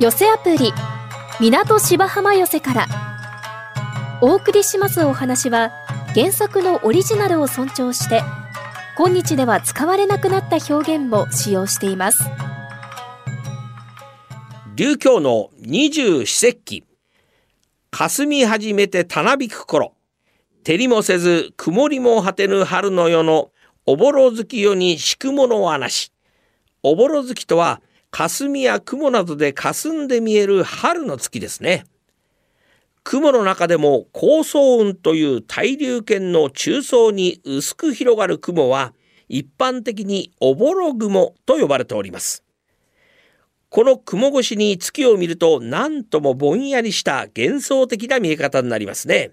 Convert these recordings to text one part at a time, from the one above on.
寄せアプリ港芝浜寄せからお送りしますお話は原作のオリジナルを尊重して今日では使われなくなった表現も使用しています琉教の二十四節気霞み始めてたなびく頃照りもせず曇りも果てぬ春の夜のおぼろ月夜に敷くものはなしおぼろ月とは霞や雲などで霞んで見える春の月ですね雲の中でも高層雲という対流圏の中層に薄く広がる雲は一般的におぼろ雲と呼ばれておりますこの雲越しに月を見ると何ともぼんやりした幻想的な見え方になりますね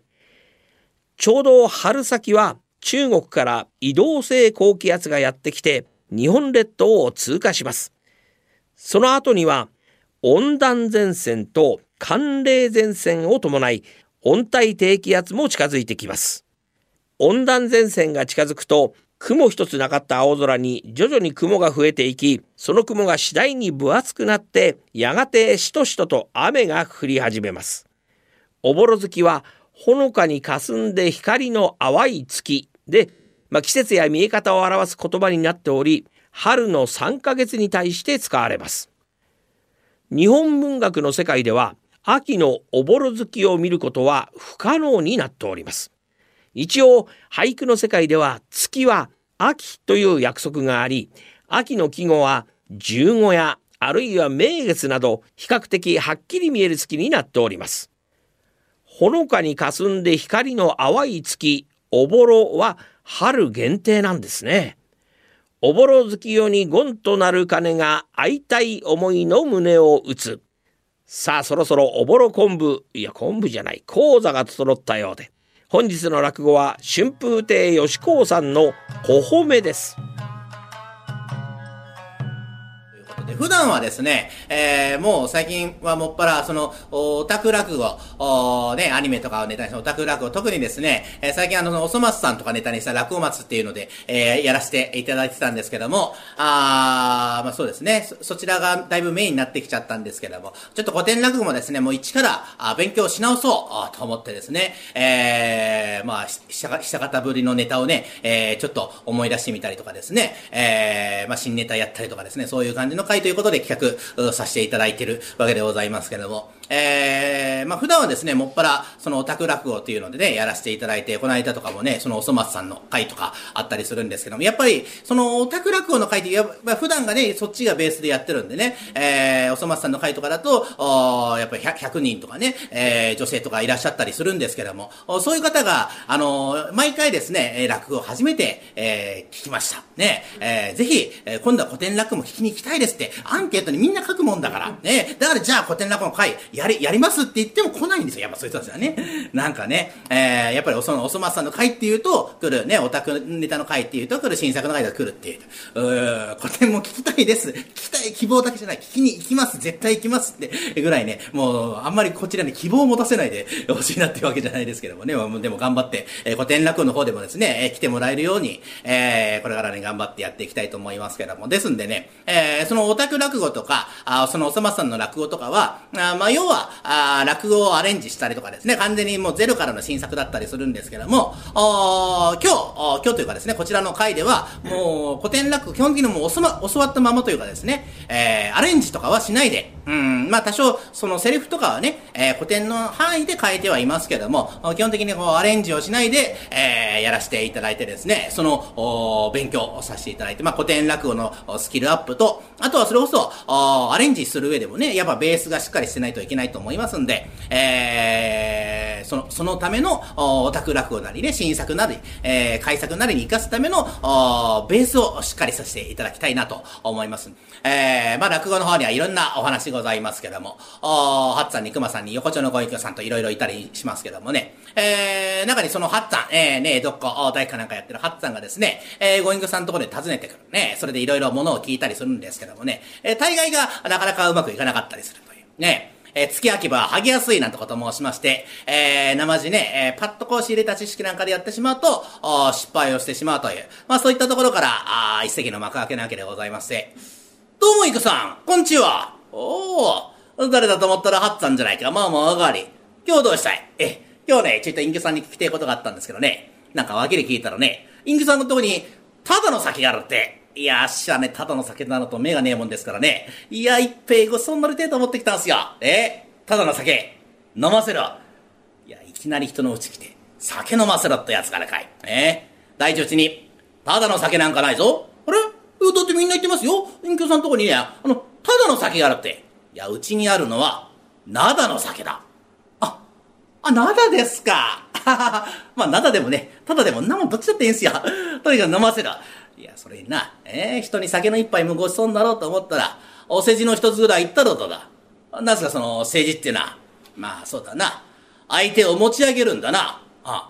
ちょうど春先は中国から移動性高気圧がやってきて日本列島を通過しますその後には温暖前線と寒冷前線を伴い温帯低気圧も近づいてきます温暖前線が近づくと雲一つなかった青空に徐々に雲が増えていきその雲が次第に分厚くなってやがてしとしとと雨が降り始めますおぼろ月はほのかに霞んで光の淡い月で、まあ、季節や見え方を表す言葉になっており春の3ヶ月に対して使われます日本文学の世界では秋のおぼろ月を見ることは不可能になっております一応俳句の世界では月は秋という約束があり秋の季語は十五夜あるいは名月など比較的はっきり見える月になっておりますほのかに霞んで光の淡い月おぼろは春限定なんですねおぼろ月夜にゴンとなる鐘が会いたい思いの胸を打つさあそろそろおぼろ昆布いや昆布じゃない講座が整ったようで本日の落語は春風亭吉光さんの「ほほめ」です。で普段はですね、えー、もう最近はもっぱら、その、オタク落語、おね、アニメとかをネタにしたオタク落語、特にですね、えー、最近あの、おそ松さんとかネタにした落語松っていうので、えー、やらせていただいてたんですけども、あー、まあそうですねそ、そちらがだいぶメインになってきちゃったんですけども、ちょっと古典落語もですね、もう一からあ勉強し直そうと思ってですね、えー、まあ、久方ぶりのネタをね、えー、ちょっと思い出してみたりとかですね、えー、まあ新ネタやったりとかですね、そういう感じの会ということで企画させていただいてるわけでございますけれども、えー、まあ普段はですね、もっぱら、そのオタク落語というのでね、やらせていただいて、この間とかもね、そのおそ松さんの会とかあったりするんですけども、やっぱり、そのオタク落語の会ってや、まあ、普段がね、そっちがベースでやってるんでね、えー、おそ松さんの会とかだと、おやっぱり 100, 100, 人とかね、えー、女性とかいらっしゃったりするんですけども、そういう方が、あのー、毎回ですね、落語を初めて、えー、聞きました。ね、えー、ぜひ、えー、今度は古典落語も聞きに行きたいです。って、アンケートにみんな書くもんだから、ね。だからじゃあ古典落語の会、やり、やりますって言っても来ないんですよ。やっぱそういう人たちはね。 なんかね、えー、やっぱりおその、おそ松さんの会っていうと、来るね、オタクネタの会っていうと、来る新作の会が来るっていう。うー、古典も聞きたいです。聞きたい希望だけじゃない。聞きに行きます。絶対行きますって、ぐらいね、もう、あんまりこちらに希望を持たせないでほしいなっていうわけじゃないですけどもね。でも頑張って、えー、古典落語の方でもですね、えー、来てもらえるように、えー、これからね、頑張ってやっていきたいと思いますけども。ですんでね、えー、そのオタク落語とか、あそのおさまさんの落語とかは、あまあ、要は、あ落語をアレンジしたりとかですね、完全にもうゼロからの新作だったりするんですけども、お今日お、今日というかですね、こちらの回では、もう古典落語、基本的にもう教,、ま、教わったままというかですね、えー、アレンジとかはしないで、うん、まあ、多少、そのセリフとかはね、えー、古典の範囲で変えてはいますけども、基本的にこうアレンジをしないで、えー、やらせていただいてですね、その、お勉強をさせていただいて、まあ、古典落語のスキルアップと、あとはそれこそ、アレンジする上でもね、やっぱベースがしっかりしてないといけないと思いますんで、えー、その、そのための、オタク落語なりね、新作なり、えー、改作なりに活かすための、ベースをしっかりさせていただきたいなと思います。えー、まあ落語の方にはいろんなお話ございますけども、おはっさんにくまさんに横丁のご隠居さんといろいろいたりしますけどもね、えー、中にそのはっさん、えー、ね、どっか、大工かなんかやってるはっさんがですね、えー、ご隠居さんのところで訪ねてくるね、それでいろいろものを聞いたりするんですけどもね、えー、大概がなかなかうまくいかなかったりするという。ね。えー、月秋葉は剥げやすいなんてこと申しまして、えー、生地ね、えー、パッとこう仕入れた知識なんかでやってしまうと、お失敗をしてしまうという。まあそういったところから、あ一石の幕開けなわけでございまして。どうもいくさん、こんちは。おー。誰だと思ったら、ハッツさんじゃないか。まあまあ、上がり。今日どうしたいええ、今日ね、ちょっとインキさんに聞きたいことがあったんですけどね。なんかわけで聞いたらね、インキさんのとこに、ただの酒があるって。いや、あっしはね、ただの酒なのと目がねえもんですからね。いや、一平ごそんなりてえと思ってきたんすよ。ええ、ただの酒。飲ませろ。いや、いきなり人のうち来て、酒飲ませろってやつからかい。ねえ。第一うちに、ただの酒なんかないぞ。あれえだってみんな言ってますよ。隠居さんのとこにね、あの、ただの酒があるって。いや、うちにあるのは、灘の酒だ。あ、あ、灘ですか。 はははまあ、灘でもね、ただでも、んなもんどっちだっていいんすよ。 とにかく飲ませろ。いや、それにな、ええ人に酒の一杯もごちそうになろうと思ったら、お世辞の一つぐらい言ったらどうだ。なぜかその、政治っていうのは、まあ、そうだな。相手を持ち上げるんだな。あ、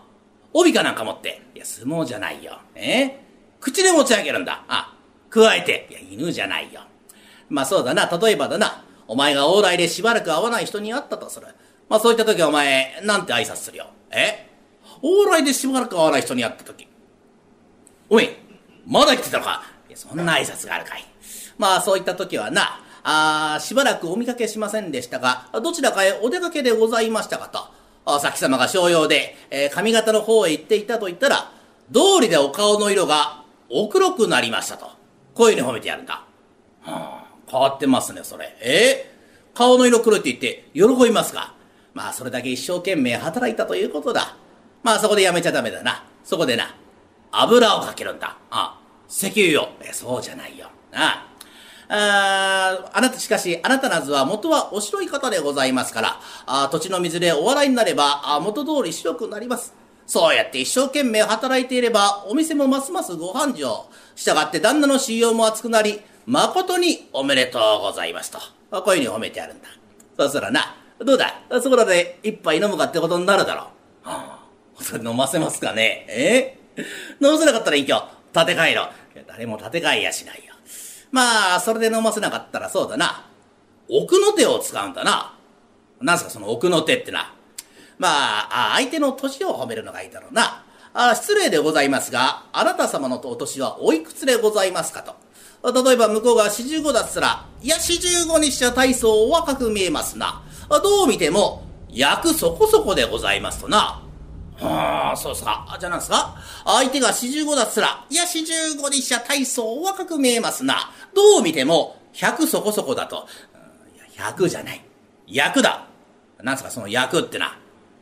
帯かなんか持って。いや、相撲じゃないよ。え口で持ち上げるんだ。あ、加えて。いや、犬じゃないよ。まあそうだな、例えばだな、お前が往来でしばらく会わない人に会ったとする。まあそういった時はお前、なんて挨拶するよ。え往来でしばらく会わない人に会った時。おい、まだ来てたのかいや、そんな挨拶があるかい。まあそういった時はな、あーしばらくお見かけしませんでしたが、どちらかへお出かけでございましたかと。あ先様が商用で、えー上方の方へ行っていたと言ったら、道理でお顔の色がお黒くなりましたと。こういうふうに褒めてやるんだ。はあ、変わってますね、それ。えー顔の色黒いって言って、喜びますかまあ、それだけ一生懸命働いたということだ。まあ、そこでやめちゃダメだな。そこでな、油をかけるんだ。あ、石油よ。え、そうじゃないよ。なあ。あーあなた、しかし、あなたなずは元はお白い方でございますから、あー土地の水でお笑いになれば、あー元通り白くなります。そうやって一生懸命働いていれば、お店もますますご繁盛。従って旦那の信用も厚くなり、誠におめでとうございますと。あこういうふうに褒めてあるんだ。そしたらな、どうだそこらで一杯飲むかってことになるだろう。はあそれ飲ませますかねえ飲ませなかったらいいよ。建て替えろ。いや誰も建て替えやしないよ。まあ、それで飲ませなかったらそうだな。奥の手を使うんだな。なんすかその奥の手ってな。まあ、あ相手の年を褒めるのがいいだろうな。あ失礼でございますが、あなた様のお年はおいくつでございますかと。例えば向こうが45だっつったら、いや45にしちゃ大層お若く見えますな。あどう見ても、役そこそこでございますとな。はあ、そうですか。あじゃあなんですか相手が45だっつったら、いや45にしちゃ大層お若く見えますな。どう見ても、100そこそこだと。うんいや、100じゃない。役だ。なんすか、その役ってな。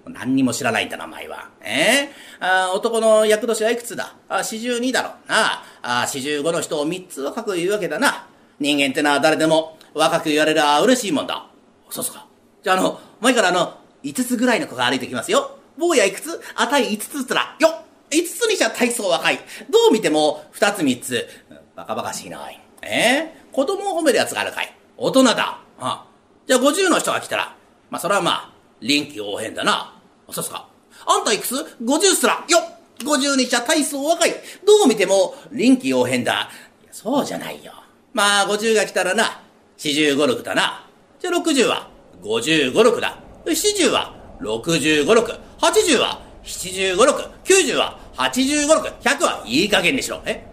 何にも知らないんだな、お前は。えー、あー男の役年はいくつだあ、42だろ。なあ、あー45の人を3つ若く言うわけだな。人間ってのは誰でも若く言われるあ嬉しいもんだ。そうっすか。じゃあ、あの、前からあの、5つぐらいの子が歩いてきますよ。坊やいくつあたい5つつったら、よっ !5 つにしちゃ大層若い。どう見ても2つ3つ。うんバカバカしいな、おい。えー、子供を褒めるやつがあるかい。大人だ。あじゃあ50の人が来たら、まあそれはまあ、臨機応変だな。あそうっすか。あんたいくつ ?50 すら。よっ !50 にしちゃ大層若い。どう見ても臨機応変だ。いやそうじゃないよ。まあ50が来たらな、45、6だな。じゃあ60は55、6だ。70は65、6。80は75、6。90は85、6。100はいい加減にしろ。え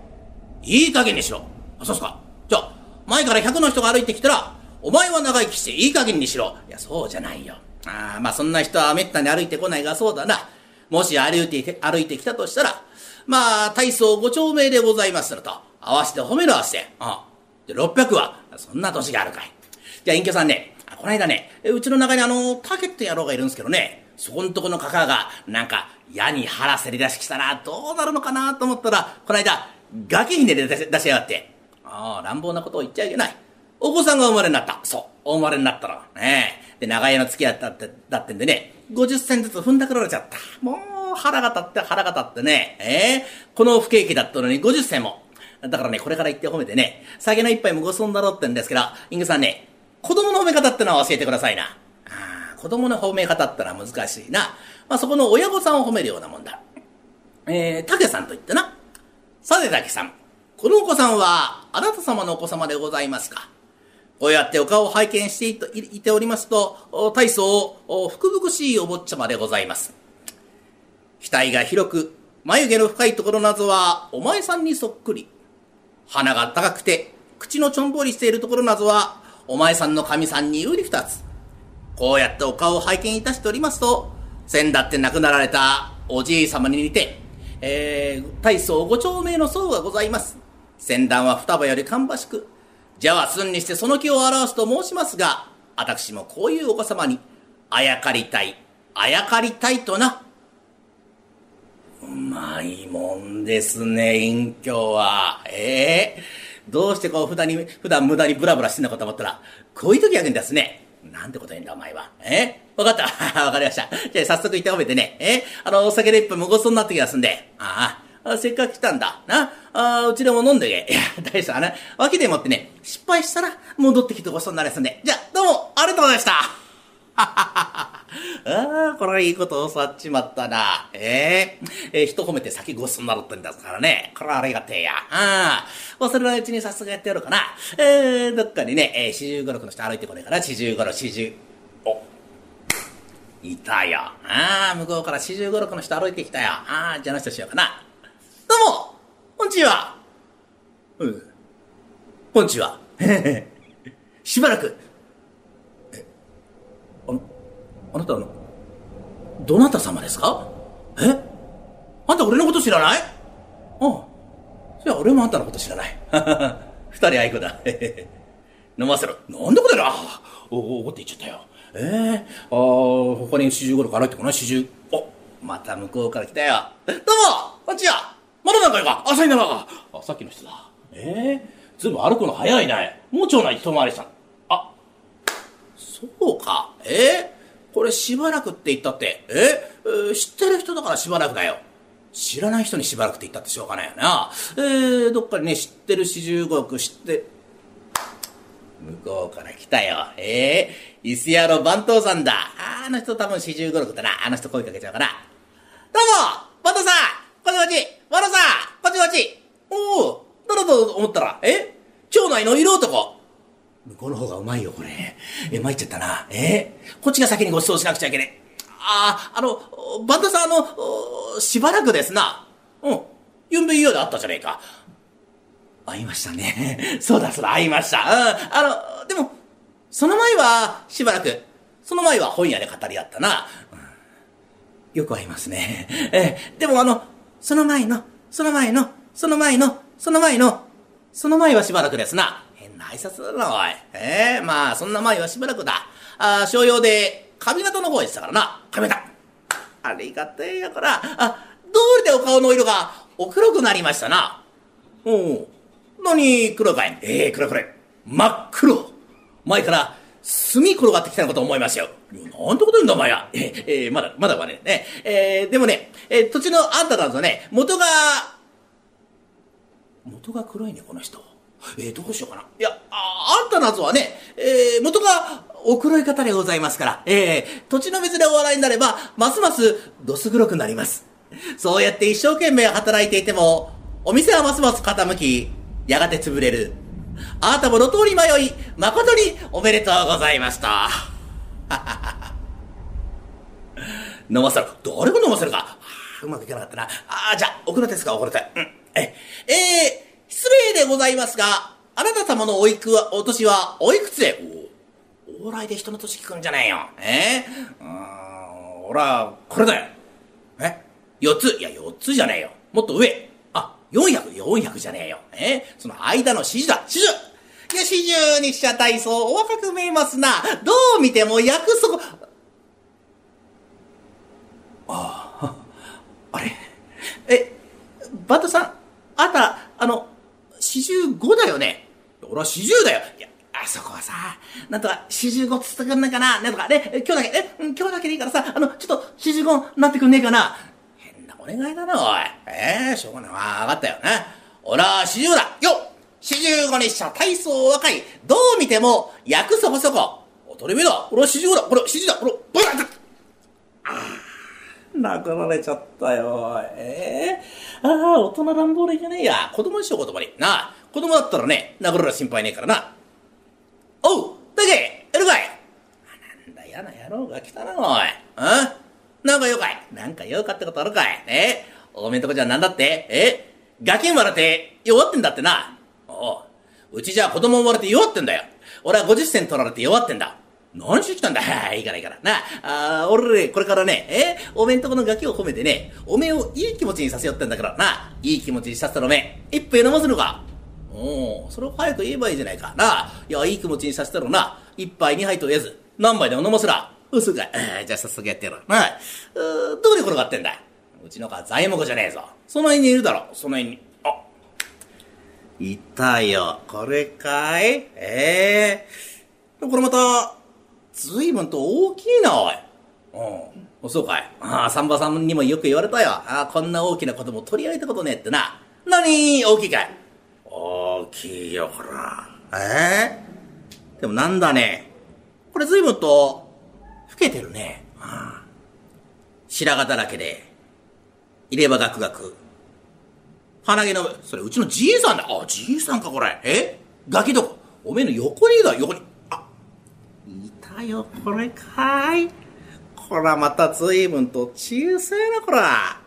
いい加減にしろ。あ、そうっすか。じゃあ、前から100の人が歩いてきたら、お前は長生きしていい加減にしろ。いや、そうじゃないよ。ああ、まあそんな人は滅多に歩いてこないがそうだな。もし歩いて、歩いてきたとしたら、まあ、大層ご丁目でございますると。合わせて褒める合わせて。ああ。で、600は、そんな年があるかい。じゃあ、隠居さんね、あこの間ね、えうちの中にあの、竹って野郎がいるんですけどね、そこんとこのカカが、なんか、矢に腹せり出してきたら、どうなるのかなと思ったら、この間、ガキひねり出し出しやがって。ああ、乱暴なことを言っちゃいけない。お子さんが生まれになった。そう、お生まれになったの。ねえ。で、長屋の付き合いだって、だってんでね、50銭ずつ踏んだくられちゃった。もう、腹が立って腹が立ってね、ええこの不景気だったのに50銭も。だからね、これから言って褒めてね、酒の一杯もご損だろうってんですけど、イングさんね、子供の褒め方ってのは教えてくださいな。あー子供の褒め方ってのは難しいな。まあ、そこの親御さんを褒めるようなもんだ。えー、竹さんと言ってな。さて竹さん、このお子さんは、あなた様のお子様でございますかこうやってお顔を拝見していといいておりますと、お大層、お福々しいお坊ちゃまでございます。額が広く、眉毛の深いところなどは、お前さんにそっくり。鼻が高くて、口のちょんぼりしているところなどは、お前さんの神さんに有利二つ。こうやってお顔を拝見いたしておりますと、先だって亡くなられたおじい様に似て、えー、大層ご長命の僧がございます。先段は双葉より芳しく、邪は寸にしてその気を表すと申しますが、私もこういうお子様に、あやかりたい、あやかりたいとな。うまいもんですね、隠居は。ええどうしてこう、普段に、普段無駄にブラブラしてんのかと思ったら、こういう時は言うんですね。なんてこと言うんだ、お前は。えわかった。 わかりました。じゃあ早速行って褒めてね。えあの、お酒で一杯無ごちそうになってきますんで。ああ。あせっかく来たんだ。な。あうちでも飲んでけ。いや、大したあの、わけでもってね、失敗したら戻ってきてごちそうになりますんで。じゃあ、どうも、ありがとうございました。ああ、これはいいことを教わっちまったな。えええー人褒めて先ごちそうになるってんだからね。これはありがてえや。ああ。忘れないうちにさすがやってやろうかな。えー、どっかにね、えー、四十五六の人歩いてこねえから、四十五六、四十、お、いたよ。ああ、向こうから四十五六の人歩いてきたよ。ああ、じゃああの人しようかな。どうもこんちはうん。こんちは。しばらく、あなたあの、どなた様ですかえあんた俺のこと知らないああ。じゃあ俺もあんたのこと知らない。 二人合い子だ。 飲ませろ。なんだこれな。おお、怒って言っちゃったよ。ええああ、他に四十五六歩いてこない四十。お、また向こうから来たよ。どうもこんにちはまだなんかいか朝にならかあ、さっきの人だ。ええずいぶん歩くの早いね。もう町内一回りした。あ、そうか。えー、これしばらくって言ったって、えーえー知ってる人だからしばらくだよ。知らない人にしばらくって言ったってしょうがないよな。えー、どっかにね、知ってる四十五億知って、向こうから来たよ。えー、伊勢屋の番頭さんだ。あーあの人多分四十五億だな。あの人声かけちゃうから。どうも番頭さんこんちこち番頭さんこんちこちおおだらだらと思ったら、え町内の色男向こうの方がうまいよ、これ。え、参っちゃったな。えこっちが先にご馳走しなくちゃいけねえ。ああ、あの、バンドさん、あの、おしばらくですな。うん。ゆんべ家であったじゃねえか。会いましたね。 そうだそうだ、会いました。うん。あの、でも、その前は、しばらく。その前は本屋で語り合ったな。よく会いますね。 ええ、でもあの、その前の、その前の、その前の、その前の、その前はしばらくですな。変な挨拶だな、おい。ええまあ、そんな前はしばらくだ。ああ、商用で、髪型の方でしたからな。髪型。ありがてえやから、あ、どうりでお顔の色が、お黒くなりましたな。おお何黒かいええ黒これ真っ黒前から炭転がってきたのかと思いましたよいやなんてこと言うんだお前はえ えええまだまだまだねええでもね、ええ、途中のあんたなんぞね元が元が黒いねこの人ええどうしようかないやああんたなんぞはね、ええ元がお黒い方でございますからええ土地の別でお笑いになればますますどす黒くなりますそうやって一生懸命働いていても、お店はますます傾き、やがて潰れる。あなたも路頭に迷い、誠におめでとうございました。飲ませろ。誰が飲ませるか。あーうまくいかなかったな。ああ、じゃあ、奥の手ですか、奥の手。うん。え、えー失礼でございますが、あなた様のおいくは、お年は、おいくつでお往来で人の年聞くんじゃないよ。えー、うーん、俺は、これだよ。え四ついや、四つじゃねえよ。もっと上。あ、四百四百じゃねえよ。えその間の四十だ。四十いや、四十にしちゃ大層お若く見えますな。どう見ても約束。ああ、あれえ、バトさん、あんた、あの、四十五だよね。俺は四十だよ。いや、あそこはさ、なんとか四十五つったくんないかな、なんとかね、今日だけ、え、うん今日だけでいいからさ、あの、ちょっと四十五になってくんねえかな。変なお願いだな、おい。ええしょうがない。わわかったよな。俺は四十だ。よっ四十五にしちゃ体操若い。どう見ても、役そこそこ。踊り目だ。俺は四十五だ。これ四十だ。これ、ブラッ殴られちゃったよ。ええああ、大人乱暴でいけねえや。子供にしよう、子供に。なあ、子供だったらね、殴られる心配ねえからな。おう、だけ、やるかいあなんだ、嫌な野郎が来たな、おい。うんなんかよかいなんかよかってことあるかいえおめえんとこじゃなんだってえガキ生まれて弱ってんだってな。おう、うちじゃ子供生まれて弱ってんだよ。俺は50銭取られて弱ってんだ。何してきたんだ いいからいいから。なあ、あー俺、これからね、えおめんとこのガキを褒めてね、おめえをいい気持ちにさせよってんだから、な、いい気持ちにさせたらおめえ、一杯飲ませるか。おお、それを早く言えばいいじゃないか。なあ、いや、いい気持ちにさせたらな、一杯二杯と言えず、何杯でも飲ませら。嘘か。あーじゃあ早速やってやろう。なあ、うーどこに転がってんだうちの子は材木じゃねえぞ。その辺にいるだろ、その辺に。あ、いたよ。これかいええこれまた、随分と大きいな、おい。うん。おそうかい。ああ、サンバさんにもよく言われたよ。ああ、こんな大きな子供取り上げたことねえってな。なに大きいかい大きいよ、ほら。ええでもなんだね。これ随分と、老けてるね。ああ白髪だらけで、入れ歯ガクガク。鼻毛の、それうちのじいさんだ。あ、じいさんか、これ。えガキどこおめえの横にいるだ、横に。あ、いたよ、これかーい。こらまた随分と小さいな、こら。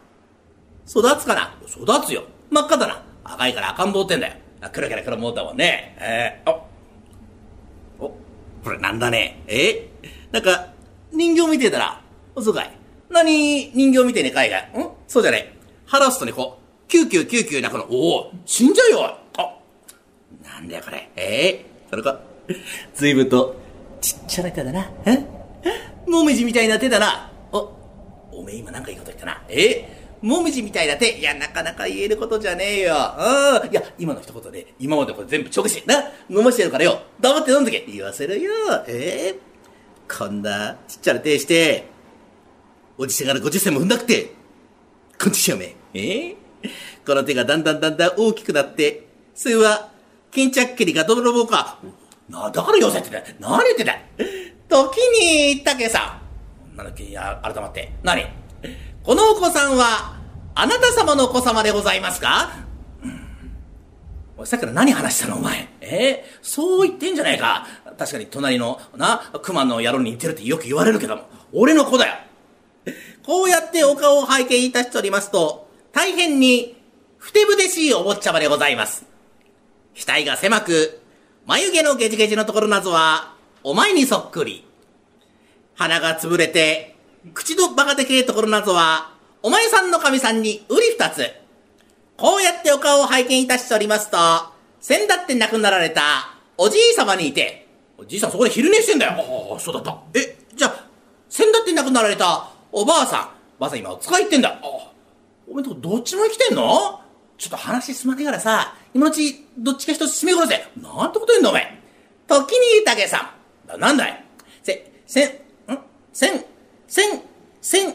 育つかな育つよ。真っ赤だな。赤いから赤ん坊ってんだよ。あ、くるくるくるもうだもんね。えー、あ、お、これなんだね。えなんか、人形見てたら、そうかい。何、人形見てね、海外。んそうじゃねえ。払うすとね、こう、キューキューキューキューなこの、おお、死んじゃうよおいあ、なんだよこれ。ええそれか。随分と、ちっちゃな手だな。えもみじみたいな手だな。お、おめえ今なんかいいこと言ったな。えもみじみたいな手。いや、なかなか言えることじゃねえよ。うん。いや、今の一言で、今までこれ全部直視。な、飲ましてやるからよ。黙って飲んどけ。言わせるよ。ええこんな、ちっちゃな手して、おじさんから50銭も踏んなくて、こんちしよめ。ええこの手がだんだんだんだん大きくなって、それは、巾着切りが泥棒か。な、だから寄せてた。何言ってた。時に、竹さん。なんだっけ、いや、改まって。何このお子さんは、あなた様のお子様でございますかおいさっきから何話したのお前。ええそう言ってんじゃないか。確かに隣の、な、熊の野郎に似てるってよく言われるけども、俺の子だよ。こうやってお顔を拝見いたしておりますと、大変に、ふてぶてしいお坊ちゃまでございます。額が狭く、眉毛のゲジゲジのところなぞは、お前にそっくり。鼻が潰れて、口のバカでけえところなぞは、お前さんの神さんに瓜二つ。こうやってお顔を拝見いたしておりますと、先だって亡くなられたおじい様にいて、おじいさんそこで昼寝してんだよ。ああ、そうだった。え、じゃあ、先だって亡くなられたおばあさん、ばあさん今お使い行ってんだ。ああ、おめえんとこどっちも生きてんのちょっと話すまねえからさ、今のうちどっちか一つ締め殺せ。なんてこと言うんだお前。時に竹さん。な、なんだいせ、せん、んせん、せん、せん、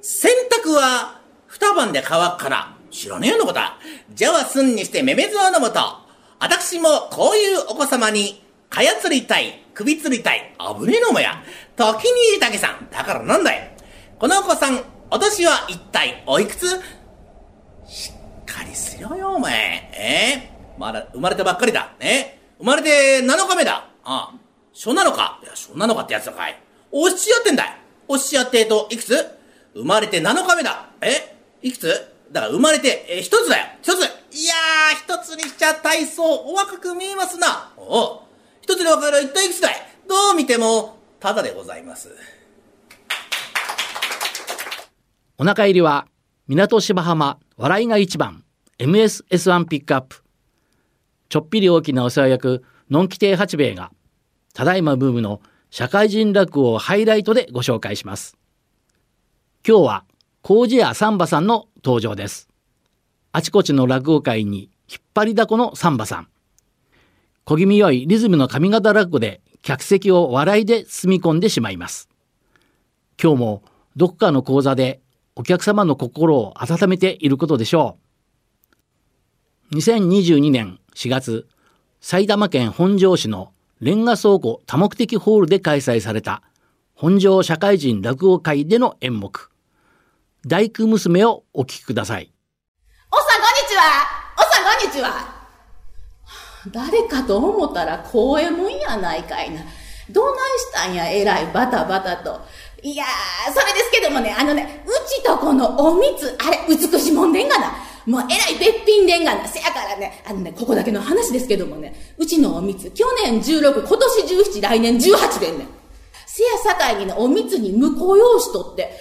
洗濯は二晩で乾くから。知らねえのかだ。じゃはすんにしてめめずわのもと。私もこういうお子様に、かや釣りたい、首釣りたい、危ねえのもや。時に竹さん。だからなんだい。このお子さん、お年は一体おいくつしっかりしろよ、お前。えーまだ生まれたばっかりだ。ね生まれて7日目だ。ああ。初なのかいや、初なのかってやつだかい。おっしゃってんだい。おっしゃってえと、いくつ生まれて7日目だ。えいくつだから生まれて、えー一つだよ。一つ。いやー、一つにしちゃ大層お若く見えますな。おお。一つで分かる一体いくつだいどう見ても、ただでございます。お腹入りは港芝浜笑いが一番 MSS1 ピックアップちょっぴり大きなお世話役のんき亭八兵衛がただいまブームの社会人落語をハイライトでご紹介します今日は麹屋サンバさんの登場ですあちこちの落語界に引っ張りだこのサンバさん小気味良いリズムの髪型落語で客席を笑いで包み込んでしまいます今日もどこかの講座でお客様の心を温めていることでしょう。2022年4月、埼玉県本庄市のレンガ倉庫多目的ホールで開催された本庄社会人落語会での演目、大工娘をお聞きください。おっさんこんにちはおっさんこんにちは誰かと思ったら公えもんやないかいな。どないしたんや、えらいバタバタと。いやー、それですけどもね、あのね、うちとこのお蜜、あれ、美しいもんでんがな。もうえらいべっぴんでんがな。せやからね、あのね、ここだけの話ですけどもね、うちちのお蜜、去年16、今年17、来年18でんねん。せやさかいにね、お蜜に婿用しとって、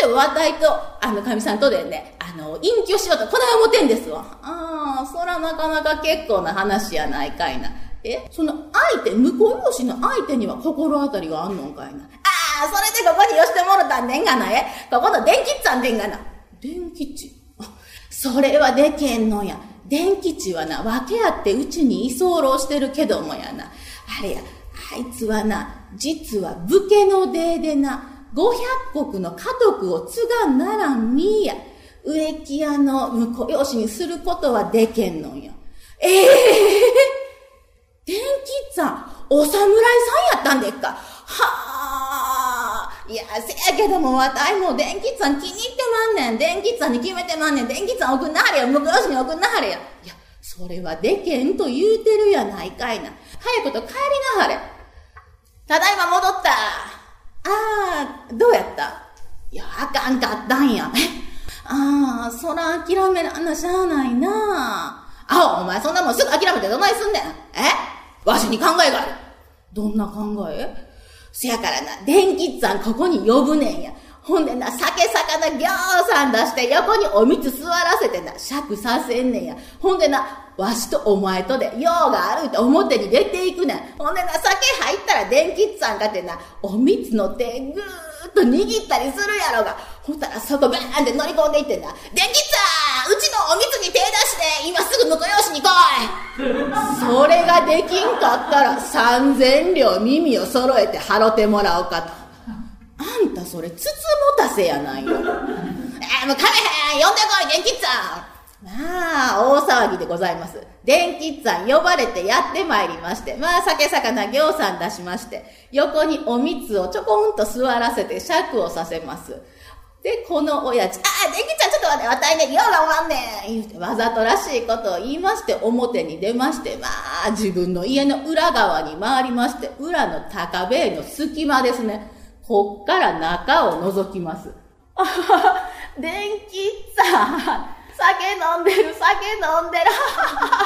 ほんで、わたいと、あの、かみさんとでね、あの、隠居しようと、こない思ってんですわ。ああ、そらなかなか結構な話やないかいな。えその相手、婿用しの相手には心当たりがあんのんかいな。ああ、それでここに寄してもろたんでんがな、えここの電気っつぁんでんがな。電気っちそれはでけんのや。電吉はな、分け合ってうちに居候してるけどもやな。あれや、あいつはな、実は武家の出でな、五百国の家督を継がんならんみーや。植木屋の婿養子にすることはでけんのや。ええ電気さん、お侍さんやったんでっか。はあ。いや、せやけども、わたいもう電気さん気に入ってまんねん。電気さんに決めてまんねん。電気さん送んなはれよ。向こうよしに送んなはれよ。いや、それはでけんと言うてるやないかいな。早いこと帰りなはれ。ただいま戻った。ああ、どうやったいや、あかんかったんや。ああ、そら諦めらんなしゃあないなあ。あお前そんなもんすぐ諦めてどないすんねん。えわしに考えがある。どんな考えせやからな、電気っさんここに呼ぶねんや。ほんでな、酒魚ぎょうさん出して横にお蜜座らせてな、尺させんねんや。ほんでな、わしとお前とで用があるって表に出ていくねん。ほんでな、酒入ったら電気っさんかてな、お蜜の手ぐーっと握ったりするやろが。ほんたらそこガーンって乗り込んでいってな、電気っさんうちのお蜜に手出して、今すぐ婿養子に来いそれができんかったら3000両耳を揃えて払ってもらおうかとあんたそれ筒持たせやないよえー、もうかめへん呼んでこい電気っつぁんまあ大騒ぎでございます電気っつぁん呼ばれてやってまいりましてまあ酒魚ぎょうさん出しまして横にお蜜をちょこんと座らせて尺をさせますで、この親父、ああ、電気ちゃんちょっと待って、わたいね、用がおらんねん言うて、わざとらしいことを言いまして、表に出まして、まあ、自分の家の裏側に回りまして、裏の高塀の隙間ですね。こっから中を覗きます。あはは 電気さん、酒飲んでる、酒飲んでる、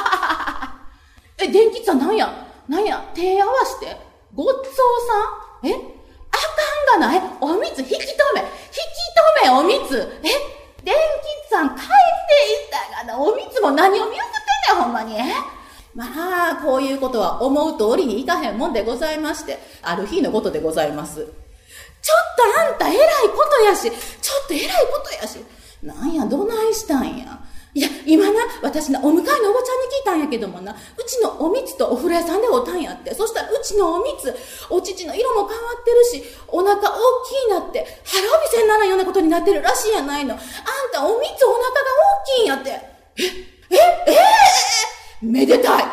え、電気さんなんやなんや手合わせてごっつおさんえあかんがなえおみつ引き止め引き止めおみつえ電気さん帰っていったがなおみつも何を見送ってんねんほんまにえまあ、こういうことは思う通りにいかへんもんでございまして、ある日のことでございます。ちょっとあんた偉いことやし、ちょっと偉いことやし、なんや、どないしたんや。いや、今な、私な、お迎えのおばちゃんに聞いたんやけどもな、うちのおみつとお風呂屋さんでおったんやって。そしたら、うちのおみつ、お乳の色も変わってるし、お腹大きいなって、腹帯せんならんようなことになってるらしいやないの。あんた、おみつお腹が大きいんやって。え、え、えええめでたい。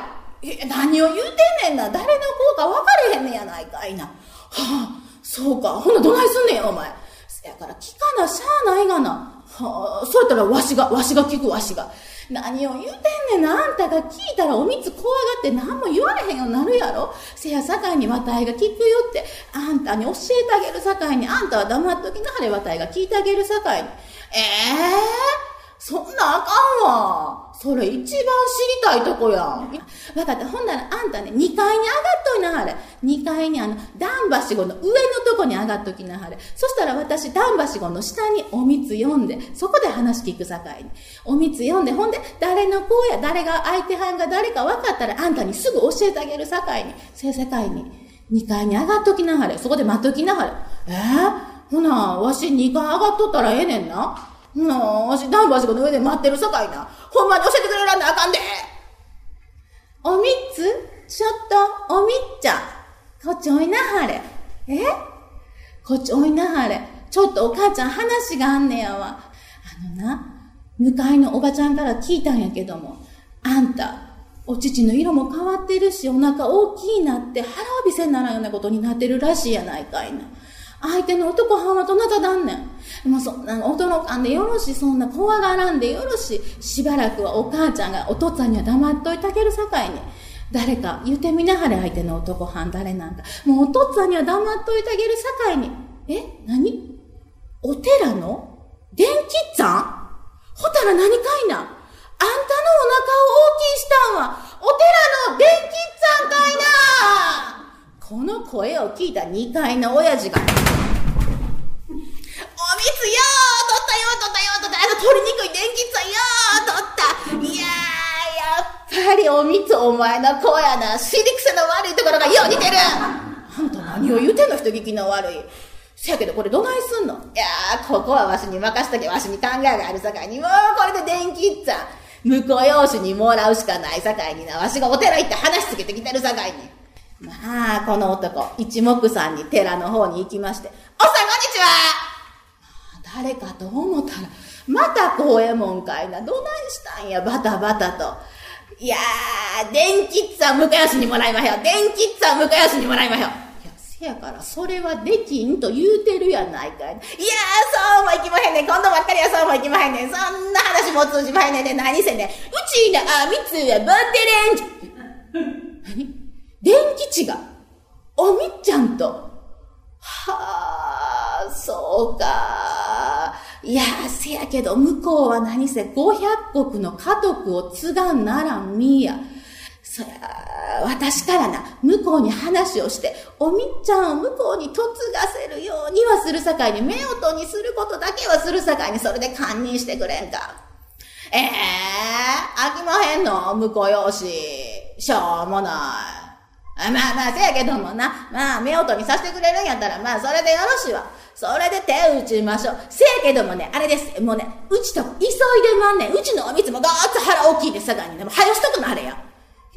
え、何を言うてんねんな。誰の子か分かれへんねんやないかいな。はあ、そうか。ほな、どないすんねんや、お前。せやから聞かなしゃあないがな。はあ、そうやったらわしが、わしが聞くわしが。何を言うてんねんな。あんたが聞いたらおみつ怖がって何も言われへんようになるやろ。せやさかいにわたいが聞くよって、あんたに教えてあげるさかいに、あんたは黙っときなはれわたいが聞いてあげるさかいに。ええそんなあかんわ。それ一番知りたいとこやん。わかった。ほんならあんたね、2階に上がっといなはれ。2階にあの、段橋ごの上のとこに上がっときなはれ。そしたら私、段橋ごの下におみつ読んで、そこで話聞くさかいに。おみつ読んで、ほんで、誰の子や、誰が相手班が誰か分かったらあんたにすぐ教えてあげるさかいに。せ世界に。2階に上がっときなはれ。そこで待っときなはれ。えー、ほな、わし2階上がっとったらええねんな。なあ、わし、段橋ごの上で待ってるさかいな。ほんまに教えてくれらんなあかんで。おみつちょっと、おみっちゃん。こっちおいなはれ。えこっちおいなはれ。ちょっとお母ちゃん話があんねやわ。あのな、向かいのおばちゃんから聞いたんやけども、あんた、お乳の色も変わってるし、お腹大きいなって腹帯せんならんようなことになってるらしいやないかいな。相手の男はんはどなただんねん。もうそんな驚かんでよろし、そんな怖がらんでよろし。しばらくはお母ちゃんがお父っつぁんには黙っといてあげるさかいに。誰か言うてみなはれ相手の男はん誰なんか。もうお父っつぁんには黙っといてあげるさかいに。え何お寺の電気っちゃんほたら何かいなあんたのお腹を大きいしたんは、お寺の電気っちゃんこの声を聞いた2階の親父が、おみつよー取ったよ取ったよ取ったあの取りにくい電気つよー取ったいやー、やっぱりおみつお前の子やな。尻癖の悪いところがよう似てるあんた何を言うてんの人聞きの悪い。せやけどこれどないすんのいやー、ここはわしに任しとけ。わしに考えがあるさかいに、もうこれで電気っつぁん。婿養子にもらうしかないさかいにな。わしがお寺行って話つけてきてるさかいに。まあ、この男、一目散に寺の方に行きまして、おさん、こんにちは誰かと思ったら、また公右衛門かいな。どないしたんや、バタバタと。いやー、電気っつぁん、向かよしにもらいまひょ。電気っつぁん、向かよしにもらいまひょ。いや、せやから、それはできんと言うてるやないかい。いやー、そうもいきまへんねん。今度ばっかりはそうもいきまへんねん。そんな話も通じまへんねんで、何せねん。うちのあみつはバテレン何電気違が、おみっちゃんと、はあ、そうか。いや、せやけど、向こうは何せ500国の家督を継がんならんみや。そりゃ、私からな、向こうに話をして、おみっちゃんを向こうに嫁がせるようにはするさかいに、目音にすることだけはするさかいに、それで堪忍してくれんか。ええー、飽きまへんの向こう用紙。しょうもない。あまあまあ、せやけどもな。まあ、目音にさせてくれるんやったら、まあ、それでよろしいわ。それで手打ちましょう。せやけどもね、あれです。もうね、うちとこ急いでまんねん。うちのおみつもガーッと腹大きいですさかいにね、もう早しとくなはれや。い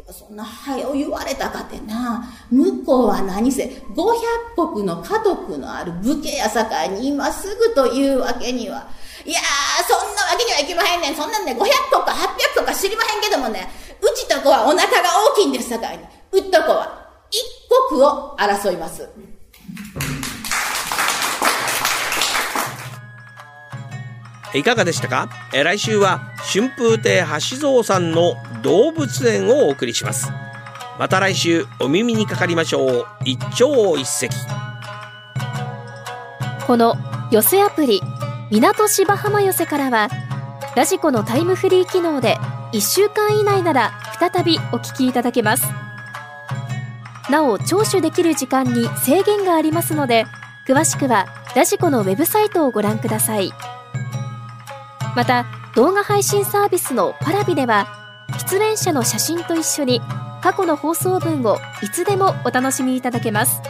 や、そんな早う言われたかてな。向こうは何せ、500国の家督のある武家やさかいに今すぐというわけには。いやー、そんなわけにはいきまへんねん。そんなんね、500個か800個か知りまへんけどもね、うちとこはお腹が大きいんですさかいに、うっとこは一国を争います。いかがでしたかえー来週は春風亭橋蔵さんの動物園をお送りしますまた来週お耳にかかりましょう一朝一夕この寄せアプリ港芝浜寄せからはラジコのタイムフリー機能で1週間以内なら再びお聞きいただけますなお聴取できる時間に制限がありますので詳しくはラジコのウェブサイトをご覧くださいまた動画配信サービスのパラビでは出演者の写真と一緒に過去の放送分をいつでもお楽しみいただけます